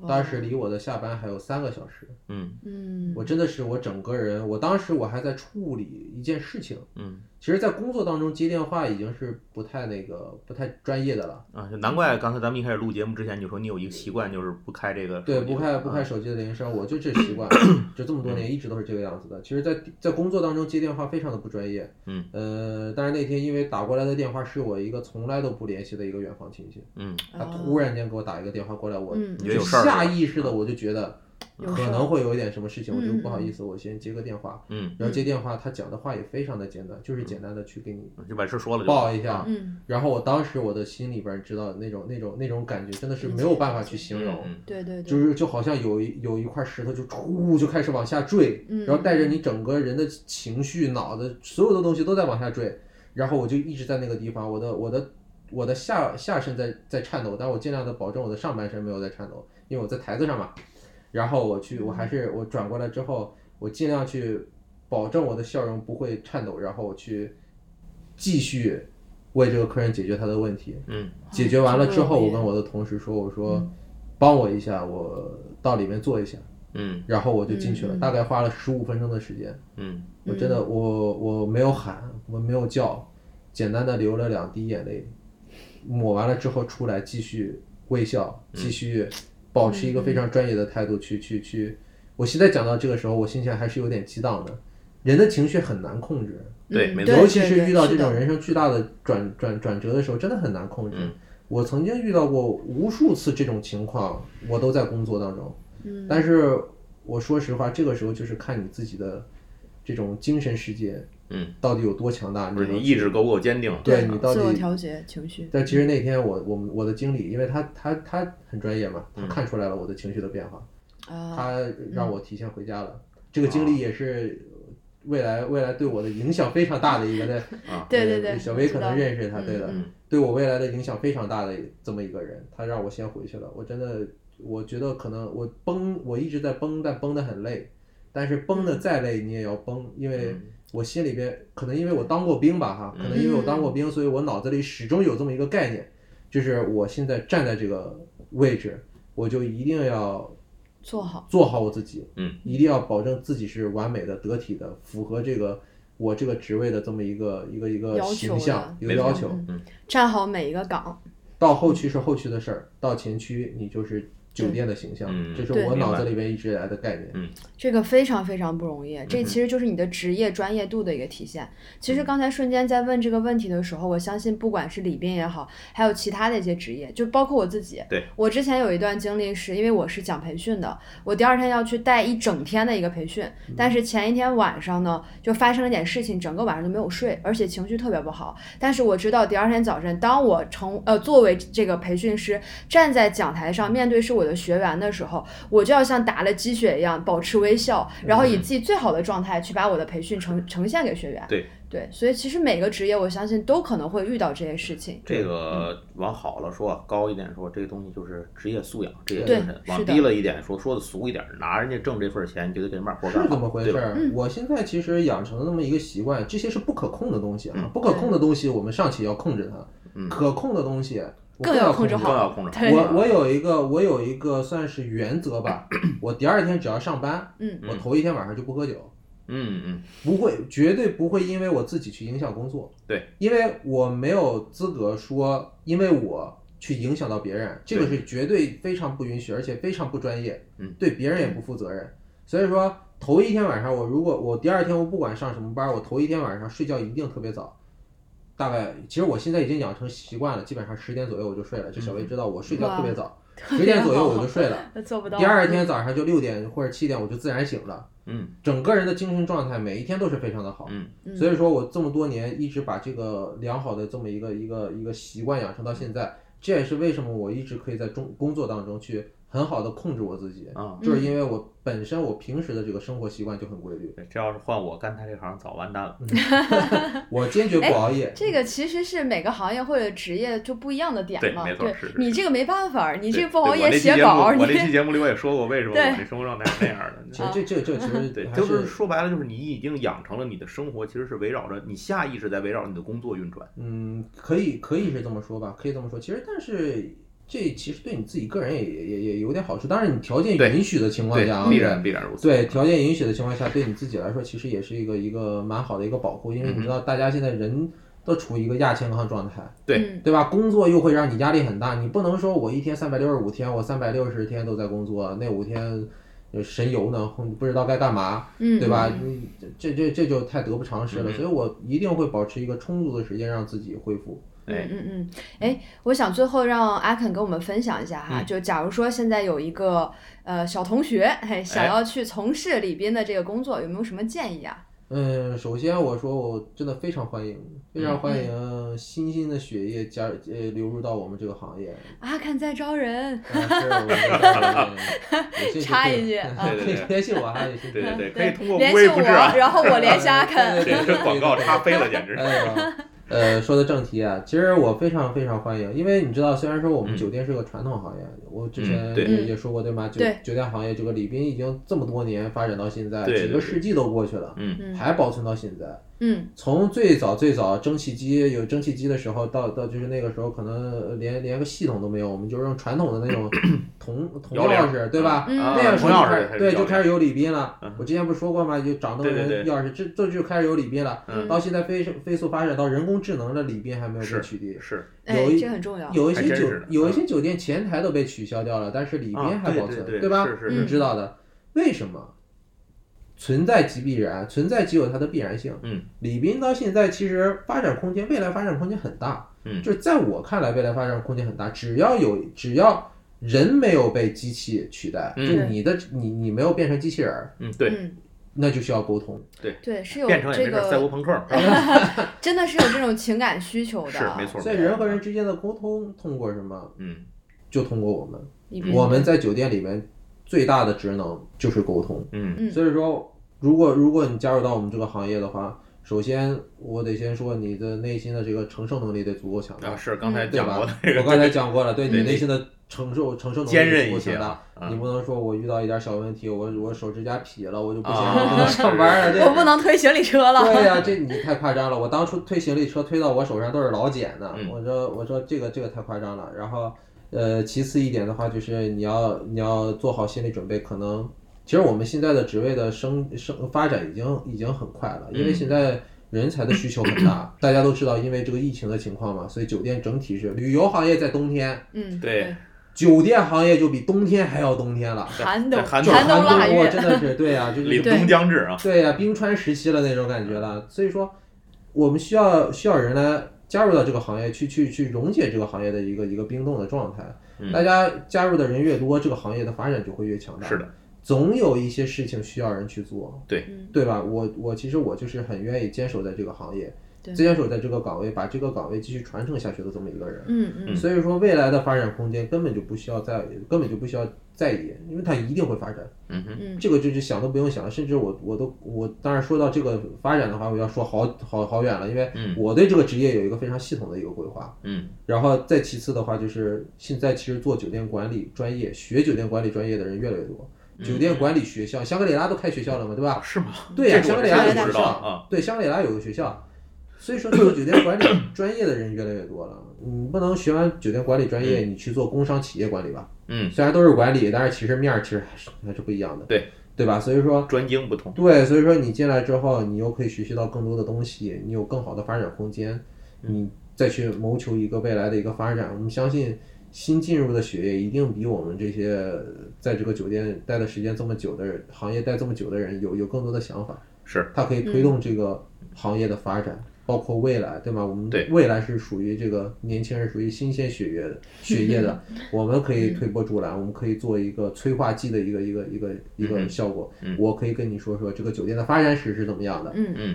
S2: 哇
S4: 当
S3: 哦
S4: 时离我的下班还有三个小时，
S3: 嗯
S2: 嗯，
S4: 我真的是我整个人，我当时我还在处理一件事情，
S3: 嗯
S4: 其实，在工作当中接电话已经是不太那个不太专业的了。
S3: 啊，就难怪刚才咱们一开始录节目之前，你说你有一个习惯，就是不开这个手机，
S4: 对，不开不开
S3: 啊，
S4: 手机的铃声，我 就这习惯，就这么多年一直都是这个样子的。其实在，在工作当中接电话非常的不专业。
S3: 嗯，
S4: 呃，但是那天因为打过来的电话是我一个从来都不联系的一个远房亲戚，
S3: 嗯
S4: 他
S2: 哦
S4: 突然间给我打一个电话过来，我
S2: 嗯
S3: 你觉得有
S4: 就
S3: 事儿
S4: 下
S3: 是吧啊
S4: 意识的我就觉得
S2: 有
S4: 可
S2: 事儿
S4: 能会有一点什么事情，我就
S2: 嗯嗯
S4: 不好
S2: 嗯
S4: 意思，我先接个电话。
S3: 嗯，
S4: 然后接电话，他讲的话也非常的简单，就是简单的去给你
S3: 就把事说了就
S4: 报一下
S3: 啊
S2: 嗯，
S4: 然后我当时我的心里边儿知道那种那种那种感觉真的是没有办法去形容，
S3: 嗯
S2: 对对对，
S4: 就是就好像有一有一块石头就突就开始往下坠，
S2: 嗯
S4: 然后带着你整个人的情绪、脑子所有的东西都在往下坠，然后我就一直在那个地方，我的我的我的下下身在在颤抖，但我尽量的保证我的上半身没有在颤抖，因为我在台子上嘛。然后我去，我还是我转过来之后，我尽量去保证我的笑容不会颤抖，然后我去继续为这个客人解决他的问题。
S3: 嗯
S4: 解决完了之后，
S2: 这个我也
S4: 我跟我的同事说：“我说，
S2: 嗯
S4: 帮我一下，我到里面坐一下。
S3: 嗯”
S4: 然后我就进去了，
S2: 嗯嗯
S4: 大概花了十五分钟的时间。
S3: 嗯
S4: 我真的，我我没有喊，我没有叫，简单的流了两滴眼泪，抹完了之后出来继续微笑，
S2: 嗯
S4: 继续保持一个非常专业的态度去去去。我现在讲到这个时候，我心情还是有点激荡的。人的情绪很难控制，
S3: 对
S2: 嗯
S3: 没错
S4: 尤其是遇到这
S2: 是的
S4: 种人生巨大的转转转折的时候，真的很难控制
S3: 嗯。
S4: 我曾经遇到过无数次这种情况，我都在工作当中。
S2: 嗯
S4: 但是我说实话，这个时候就是看你自己的这种精神世界，
S3: 嗯，
S4: 到底有多强大。
S3: 嗯，不是
S4: 能
S3: 你意志够不够坚定？嗯
S4: 对你到
S2: 自我
S4: 底
S2: 调节情绪，
S4: 但其实那天我我们我的经理，因为他他他很专业嘛，
S3: 嗯
S4: 他看出来了我的情绪的变化，
S2: 啊，嗯
S4: 他让我提前回家了。这个经理也是未来未来对我的影响非常大的一 个在
S3: 啊，
S2: 对对
S4: 呃
S2: 对，
S4: 小
S2: 我
S4: 薇
S2: 知
S4: 可
S2: 道
S4: 能认识他，对的，
S3: 嗯
S4: 对我未来的影响非常大的这么一个人，他让我先回去了，我真的，我觉得可能我崩，我一直在崩，但崩得很累，但是崩的再累你也要
S2: 嗯
S4: 崩，因为我心里边可能因为我当过兵吧哈，可能因为我当过
S2: 嗯
S4: 兵，所以我脑子里始终有这么一个概念，就是我现在站在这个位置，我就一定要
S2: 做好，
S4: 做好我自己，
S3: 嗯，
S4: 一定要保证自己是完美的、得体的，符合这个我这个职位的这么一个一个一个
S2: 要求
S4: 形象
S2: 的
S4: 一
S3: 没
S4: 个
S3: 错
S4: 要求。
S2: 站好每一个岗，
S4: 到后区是后区的事儿，到前区你就是酒店的形象，
S3: 嗯
S4: 这
S2: 对
S4: 是我脑子里面一直以来的概念。
S2: 这个非常非常不容易，这其实就是你的职业专业度的一个体现。其实刚才瞬间在问这个问题的时候，我相信不管是礼宾也好，还有其他的一些职业，就包括我自己。
S3: 对，
S2: 我之前有一段经历是，因为我是讲培训的，我第二天要去带一整天的一个培训，但是前一天晚上呢，就发生了点事情，整个晚上都没有睡，而且情绪特别不好。但是我知道第二天早晨，当我成呃作为这个培训师站在讲台上面对是我的学员的时候，我就要像打了
S3: 嗯
S2: 鸡血一样保持微笑，然后以自己最好的状态去把我的培训呈呈现给学员。
S3: 对
S2: 对，所以其实每个职业，我相信都可能会遇到这些事情。
S4: 嗯
S3: 这个往好了说，啊高一点说，这个东西就是职业素养、职业
S2: 对
S3: 精神；往
S2: 是的
S3: 低了一点说，说的俗一点，拿人家挣这份钱，你就得给人把活干
S4: 是这么
S3: 好，
S4: 回
S3: 对
S4: 事
S3: 吧？
S2: 嗯
S4: 儿。我现在其实养成了那么一个习惯，这些是不可控的东西啊
S3: 嗯，
S4: 不可控的东西我们尚且要控制它，
S3: 嗯，
S4: 可控的东西我
S2: 更要
S4: 要
S2: 控制
S4: 制
S2: 好
S3: 更要控制好。
S2: 对
S4: 我我有一个我有一个算是原则吧，我第二天只要上班，
S2: 嗯
S4: 我头一天晚上就不喝酒，
S3: 嗯嗯，
S4: 不会绝对不会因为我自己去影响工作，
S3: 对，
S4: 因为我没有资格说因为我去影响到别人，这个
S3: 对
S4: 是绝对非常不允许，而且非常不专业，
S3: 嗯
S4: 对别人也不负责任。所以说，头一天晚上我如果我第二天我不管上什么班，我头一天晚上睡觉一定特别早。大概其实我现在已经养成习惯了，基本上十点左右我就睡了。就小薇
S3: 嗯
S4: 知道我睡觉特别早，十点左右我就睡了，
S2: 做不到。
S4: 第二天早上就六点或者七点我就自然醒了，
S3: 嗯
S4: 整个人的精神状态每一天都是非常的好。
S3: 嗯，
S2: 嗯，
S4: 所以说我这么多年一直把这个良好的这么一个一个一个习惯养成到现在，这也是为什么我一直可以在中工作当中去很好的控制我自己，
S3: 啊，
S4: 就是因为
S2: 嗯
S4: 我本身我平时的这个生活习惯就很规律，
S3: 这要是换我干他这行，早完蛋了。
S4: 我坚决不熬夜。
S2: 这个其实是每个行业或者职业就不一样的点
S3: 对
S2: 嘛。
S3: 没错是是
S2: 你这个没办法儿，你
S3: 你
S2: 这不熬夜写稿儿，
S3: 我
S2: 你
S3: 那期节目里我也说过，为什么
S2: 对
S3: 我这生活状态是那样的。
S4: 其实这这这其实
S3: 对，
S4: 还
S3: 就是
S4: 是
S3: 说白了，就是你已经养成了你的生活，其实是围绕着你下意识在围绕你的工作运转。
S4: 嗯，可以可以是这么说吧，可以这么说。其实但是。这其实对你自己个人也也也也有点好处，当然你条件
S3: 对
S4: 允许的情况
S3: 对
S4: 下啊，，
S3: 必然必然如此。
S4: 对条件允许的情况下，对你自己来说，其实也是一个一个蛮好的一个保护，因为你
S3: 嗯
S4: 知道大家现在人都处于一个亚健康状态，
S3: 对
S2: 嗯
S4: 对吧？工作又会让你压力很大，你不能说我一天三百六十五天，我三百六十天都在工作，那五天呃神游呢，不知道该干嘛，
S2: 嗯，
S4: 对吧
S2: 嗯？
S4: 这这这就太得不偿失了，
S3: 嗯
S4: 所以我一定会保持一个充足的时间让自己恢复。
S2: 嗯
S3: 哎，
S2: 嗯嗯，哎，我想最后让阿肯跟我们分享一下哈，
S3: 嗯
S2: 就假如说现在有一个呃小同学，嘿，想
S3: 哎
S2: 要去从事李斌的这个工作，有没有什么建议啊？
S4: 嗯，首先我说我真的非常欢迎，非常欢
S2: 嗯
S4: 迎新兴的血液加入呃流入到我们这个 行业，
S2: 阿肯在招人，
S4: 插
S2: 插一句啊
S3: 对对对
S4: 联系我哈， 也是
S3: 对对对，
S2: 嗯
S3: 可
S2: 对
S3: 以通过无
S2: 联
S3: 微
S2: 系
S3: 不
S2: 我，
S3: 至啊。
S2: 然后我联系 阿
S4: 对
S2: 肯。
S4: 对
S3: 这
S4: 对
S3: 这广告插飞了， 简直是。
S4: 哎呀，呃，说的正题啊，其实我非常非常欢迎，因为你知道，虽然说我们酒店是个传统行业，我之前
S3: 嗯对
S4: 也也说过对吗？酒
S2: 对
S4: 酒店行业这个礼宾已经这么多年发展到现在，
S3: 对对
S4: 几个世纪都过去了，
S3: 嗯
S2: 嗯
S4: 还保存到现在。
S2: 嗯
S4: 从最早最早蒸汽机有蒸汽机的时候，到到就是那个时候可能连连个系统都没有，我们就是用传统的那 种铜铜
S3: 摇
S4: 钥
S3: 铃啊
S4: 匙，对吧？
S2: 嗯
S4: 那个时
S3: 同样
S4: 候就开
S3: 是
S4: 对就开
S3: 始
S4: 始有礼宾了
S3: 嗯。
S4: 我之前不是说过吗？就掌灯
S3: 对对
S4: 人
S3: 对
S4: 钥匙，这这就开始有礼宾了。
S3: 嗯
S4: 到现在飞飞速发展到人工智能的礼宾还没有被
S3: 是
S4: 取缔，
S3: 是
S2: 哎
S4: 有，一
S2: 这很重要。
S4: 有一
S3: 还
S4: 些
S3: 真
S4: 酒
S3: 是的嗯
S4: 有一些酒店前台都被取消掉了，但是礼宾
S3: 啊
S4: 还
S3: 对
S4: 保
S3: 对
S4: 存，
S3: 对
S4: 吧？
S3: 是是
S2: 嗯
S4: 你知道的，为什么？存在即必然，存在即有它的必然性。
S3: 嗯，
S4: 礼宾到现在其实发展空间，未来发展空间很大。
S3: 嗯
S4: 就是在我看来，未来发展空间很大，只要有只要人没有被机器取代，
S3: 嗯
S4: 就你的你你没有变成机器人儿，
S3: 嗯对，
S2: 嗯，
S4: 那就需要沟通。
S2: 对，是有
S3: 变成也
S2: 这
S3: 没事，赛博
S2: 个，
S3: 朋克嘛
S2: 真的是有这种情感需求的。
S3: 是没。错。
S4: 所以人和人之间的沟通通过什么？
S3: 嗯
S4: 就通过我们。
S2: 李斌，
S4: 我们在酒店里面最大的职能就是沟通。
S3: 嗯
S2: 嗯
S4: 所以说，如果如果你加入到我们这个行业的话，首先我得先说你的内心的这个承受能力得足够强大，
S3: 啊是刚才
S4: 对
S3: 讲
S4: 吧？
S3: 过的 这
S4: 我
S3: 个
S4: 刚才讲过了，对
S2: 对
S4: 你内心的承受承受能
S3: 坚
S4: 力
S3: 韧
S4: 足
S3: 一
S4: 够
S3: 些
S4: 强大
S3: 啊。，啊
S4: 你不能说我遇到一点小问题，我我手指甲劈了，我就不行，
S3: 啊
S4: 我不能上班了，
S3: 是
S4: 这
S2: 我不能推行李车了。
S4: 对呀、这你太夸张了！我当初推行李车推到我手上都是老茧呢。
S3: 嗯
S4: 我说我说这个这个太夸张了。然后，呃，其次一点的话就是你要你要做好心理准备，可能其实我们现在的职位的升升发展已经已经很快了，因为
S3: 嗯
S4: 现在人才的需求很大。大家都知道，因为这个疫情的情况嘛，所以酒店整体是旅游行业在冬天，
S2: 嗯，
S3: 对，
S4: 酒店行业就比冬天还要冬天了，
S2: 寒
S3: 在
S2: 冬
S3: 寒
S4: 就是
S3: 冬
S2: 冬腊
S4: 寒冬，我
S2: 月。
S4: 真的是对呀、就是
S3: 凛冬将至啊。
S4: 对呀、冰川时期了那种感觉了。所以说，我们需要需要人来加入到这个行业，去去去溶解这个行业的一个一个冰冻的状态。
S3: 嗯
S4: 大家加入的人越多，这个行业的发展就会越强大。
S3: 是，的，
S4: 总有一些事情需要人去做，
S3: 对
S2: 嗯
S4: 对吧？我我其实我就是很愿意坚守在这个行业。
S2: 对
S4: 资源手在这个岗位把这个岗位继续传承下去的这么一个人。
S2: 嗯嗯，
S4: 所以说未来的发展空间根本就不需要在，根本就不需要在意，因为它一定会发展。
S3: 嗯哼，
S4: 这个就是想都不用想，甚至我我都我当然说到这个发展的话，我要说好好好远了，因为
S3: 嗯
S4: 我对这个职业有一个非常系统的一个规划。
S3: 嗯
S4: 然后再其次的话，就是现在其实做酒店管理专业、学酒店管理专业的人越来越多。
S3: 嗯
S4: 酒店管理学校，香格里拉都开学校了嘛，对吧？
S3: 啊是吗？
S4: 对呀、
S3: 嗯这
S4: 香
S3: 个
S4: 格
S3: 我
S4: 里拉有
S3: 真
S4: 个
S3: 不知
S4: 学校
S3: 道啊。
S4: 对，香格里拉有个学校，所以说做酒店 管理专业的人越来越多了。你不能学完酒店管理专业，你去做工商企业管理吧？
S3: 嗯，
S4: 虽然都是管理，但是其实面儿其实还是还是不一样的。
S3: 对，
S4: 对吧？所以说，
S3: 专精不同。
S4: 对，所以说你进来之后，你又可以学习到更多的东西，你有更好的发展空间，
S3: 嗯
S4: 你再去谋求一个未来的一个发展。我们相信新进入的血液一定比我们这些在这个酒店待的时间这么久的人，行业待这么久的人有有更多的想法，
S3: 是
S4: 它可以推动这个行业的发展。包括未来，对吧？我们
S3: 对
S4: 未来是属于这个年轻人，属于新鲜血液的血液的，我们可
S3: 嗯
S4: 以推波助澜，我们可以做一个催化剂的一个一个一个一
S3: 嗯
S4: 个
S3: 哼
S4: 效果。
S3: 嗯
S4: 我可以跟你说说这个酒店的发展史是怎么样的。
S2: 嗯
S3: 嗯，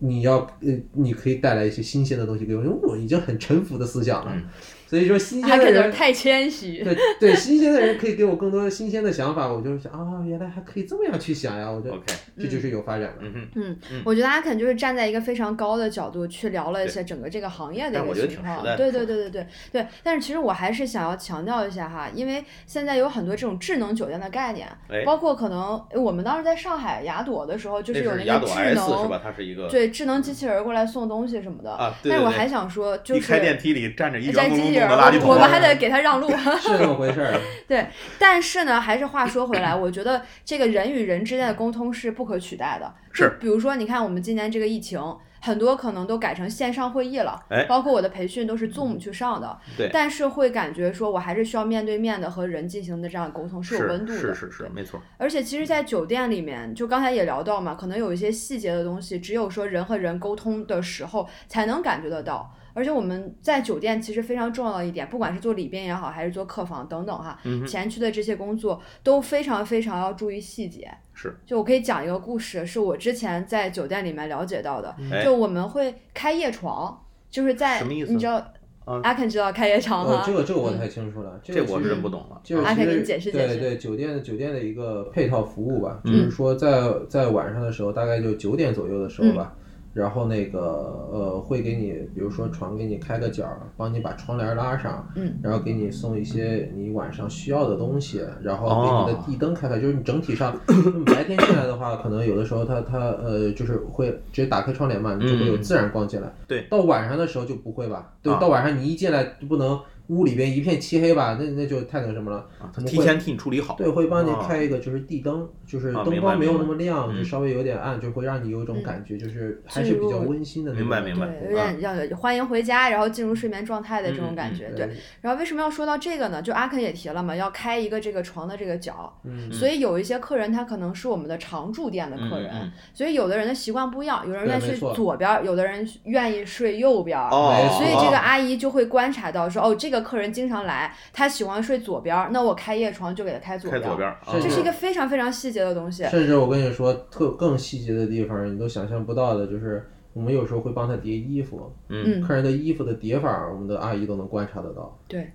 S4: 你要呃，你可以带来一些新鲜的东西给我，因为我已经很臣服的思想了
S3: 嗯。
S4: 所以说，新
S2: 他
S4: 鲜
S2: 可
S4: 的
S2: 能
S4: 人，
S2: 太谦虚。
S4: 对对，新鲜的人可以给我更多的新鲜的想法。我就想啊，原来还可以这么样去想呀！我觉得
S3: OK，
S4: 这就是有发展的。
S3: 哦嗯哼，
S2: 嗯
S3: 嗯，
S2: 我觉得阿肯就是站在一个非常高的角度去聊了一
S3: 对
S2: 些整个这个行业的
S3: 但
S2: 一
S3: 我
S2: 个
S3: 觉得
S2: 情
S3: 挺实
S2: 况
S3: 在，的
S2: 对对对对对对。但是其实我还是想要强调一下哈，因为现在有很多这种智能酒店的概念，
S3: 哎，
S2: 包括可能呃我们当时在上海雅朵的时候，就
S3: 那
S2: 有
S3: 是
S2: 那
S3: 雅
S2: 个
S3: 朵
S2: 智
S3: S 是吧？
S2: 能
S3: 它是一个
S2: 对智能机器人过来送东西什么的。
S3: 啊，对
S2: 但是
S3: 对
S2: 我
S3: 对
S2: 还想说，就
S3: 一开电
S2: 是。
S3: 梯里站着一
S2: 在
S3: 圆咕
S2: 机
S3: 隆
S2: 器
S3: 咚
S2: 人，
S3: 的垃圾
S2: 我
S3: 桶
S2: 我们
S4: 吧
S2: 还得给他让路。
S4: 是这么回事
S3: 嗯
S4: 儿。
S2: 但是呢，还是话说回来，我觉得这个人与人之间的沟通是不可取代的。
S3: 是
S2: 就比如说，你看我们今年这个疫情，很多可能都改成线上会议了，
S3: 哎嗯
S2: 包括我的培训都是 Zoom 去上的，
S3: 对
S2: 但是会感觉说我还是需要面对面的和人进行的这样的沟通有温度的，
S3: 是是是，没错，
S2: 而且其实，在酒店里面，就刚才也聊到嘛，可能有一些细节的东西，只有说人和人沟通的时候才能感觉得到。而且我们在酒店其实非常重要的一点，不管是做里边也好，还是做客房等等哈，
S3: 嗯哼，
S2: 前期的这些工作都非常非常要注意细节。
S3: 是，
S2: 就我可以讲一个故事，是我之前在酒店里面了解到的，
S3: 哎
S2: 就我们会开夜床，就是在
S3: 什么意思
S2: 你知道，
S3: 啊
S2: 阿肯知道开夜床
S4: 哦
S2: 吗，？
S4: 这个这个我太清楚了，这
S3: 这
S4: 个
S3: 我
S4: 其
S3: 是
S4: 实
S3: 真不懂了。
S4: 就是
S2: 阿
S4: 其
S2: 凯
S4: 实
S2: 啊给你解释解释
S4: 对对，酒店酒店的一个配套服务吧，就
S3: 嗯
S4: 是说在在晚上的时候，大概就九点左右的时候吧，
S2: 嗯
S4: 然后那个呃会给你，比如说床给你开个角儿，帮你把窗帘拉上，
S2: 嗯，
S4: 然后给你送一些你晚上需要的东西，然
S3: 哦
S4: 后给你的地灯开开，就是你整体上，嗯白天进来的话，可能有的时候它它呃就是会直接打开窗帘嘛，你就会有
S3: 嗯
S4: 自然光进来。
S3: 对
S4: 到晚上的时候就不会吧？对，
S3: 啊
S4: 到晚上你一进来就不能屋里边一片漆黑吧？那那就太那什么了。
S3: 啊，他
S4: 怎么
S3: 提
S4: 会
S3: 前替你处理好，
S4: 对，会帮你
S3: 啊
S4: 开一个就是地灯，就是
S3: 啊
S4: 灯
S3: 明白
S4: 光没有
S3: 明白
S4: 那么亮，就
S3: 嗯
S4: 稍微有点暗，就会让你有一种感觉，就是还是比较温馨的那种
S3: 明白
S4: 感
S3: 明
S4: 觉。
S3: 白啊
S2: 对，有点让欢迎回家，然后进入睡眠状态的这
S3: 嗯
S2: 种感觉，对。
S3: 哎
S4: 对，
S2: 然后为什么要说到这个呢？就阿肯也提了嘛，要开一个这个床的这个角，
S4: 嗯，
S2: 所以有一些客人他可能是我们的常住店的
S3: 嗯
S2: 客
S3: 嗯
S2: 人，
S3: 嗯
S2: 所以有的人的习惯不一样，有人愿意
S4: 对没
S2: 睡
S4: 错
S2: 左边儿，有的人愿意睡右边儿。
S3: 哦，
S2: 所以这个
S3: 哦
S2: 阿姨就会观察到说，哦，这个客人经常来，他喜欢睡左边儿，那我开夜床就给他开左
S3: 开
S2: 边儿。
S3: 左边儿，
S4: 这
S2: 这是一
S3: 啊
S2: 个非常非常细节的东西。
S4: 甚至我跟你说，特更细节的地方，你都想象不到的，就是我们有时候会帮他叠衣服，
S2: 嗯，
S4: 客人的衣服的叠法，我们的阿姨都能观察得到。
S2: 对，嗯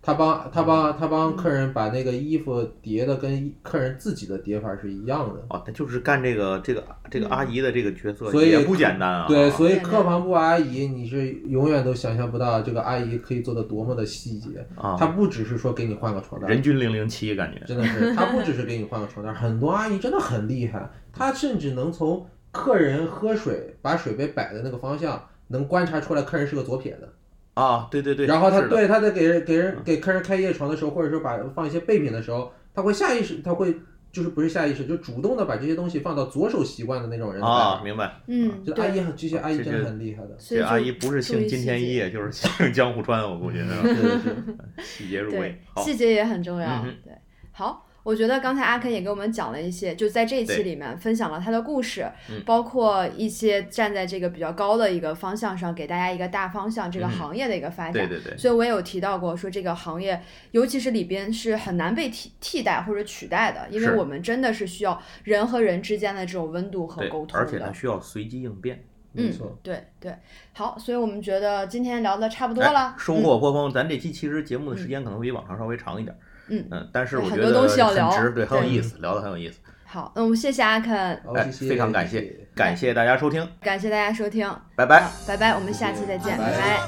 S4: 他帮他
S3: 嗯
S4: 帮他帮客人把那个衣服叠的跟客人自己的叠法是一样的。
S3: 哦，他就是干这个这个这个阿姨的这个角色，
S4: 所以
S3: 也不简单啊。
S4: 对，所以
S2: 对对
S4: 客房部阿姨，你是永远都想象不到这个阿姨可以做的多么的细节。
S3: 啊，
S4: 她不只是说给你换个床单，
S3: 人均零零七感觉，
S4: 真 的是，她不只是给你换个床单，很多阿姨真的很厉害，她甚至能从客人喝水把水杯摆的那个方向，能观察出来客人是个左撇子。
S3: 啊，对对对，
S4: 然后她
S3: 是的嗯
S4: 对她在给人给人给客人开夜床的时候，或者说把放一些备品的时候，她会下意识，她会就是不是下意识，就主动的把这些东西放到左手习惯的那种人的
S3: 啊，
S4: 摆
S3: 明白，
S2: 嗯，
S4: 法。就阿
S2: 对，
S4: 姨很，这些阿姨真的很厉害的。
S2: 所以
S3: 这阿
S2: 就
S3: 姨不是
S2: 注
S3: 姓
S2: 意
S3: 金
S2: 细
S3: 田一，
S2: 节
S3: 也就是姓江户川，我估计是
S4: 对
S3: 吧？
S4: 对对。
S3: 细节入
S2: 对
S3: 微，，好，
S2: 细节也很重要。
S3: 嗯哼
S2: 对，好，我觉得刚才阿肯也给我们讲了一些，就在这一期
S3: 对
S2: 里面分享了他的故事，
S3: 嗯
S2: 包括一些站在这个比较高的一个方向上，给大家一个大方向，这个
S3: 嗯哼
S2: 行业的一个发展。
S3: 对对对，
S2: 所以我也有提到过，说这个行业，尤其是里边是很难被替替代或者取代的，因
S3: 是
S2: 为我们真的是需要人和人之间的这种温度和
S3: 对
S2: 沟，通
S3: 而且它
S2: 的。
S3: 需要随机应变，
S4: 没错。
S2: 对对，好，所以我们觉得今天聊的差不多
S3: 哎
S2: 了，嗯
S3: 收获颇丰。咱这期其实节目的时间可能会比往常稍微长一点，
S2: 嗯
S3: 嗯，但是
S2: 对
S3: 我觉
S2: 很
S3: 得
S2: 多东西要聊
S3: 很值，对，很有
S2: 对
S3: 意思，聊的很有意思。
S2: 嗯好，那我们谢谢阿肯，
S4: 好，
S3: 哎，
S4: 哦谢谢，
S3: 非常感谢，感谢大家收听，
S2: 感谢大家收听，
S3: 拜拜。
S2: 好拜拜，我们下期再见，
S4: 拜拜
S2: 拜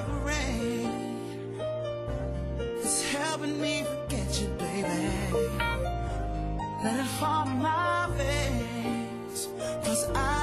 S1: It's helping me forget you, baby. Let it fall on my face. Cause I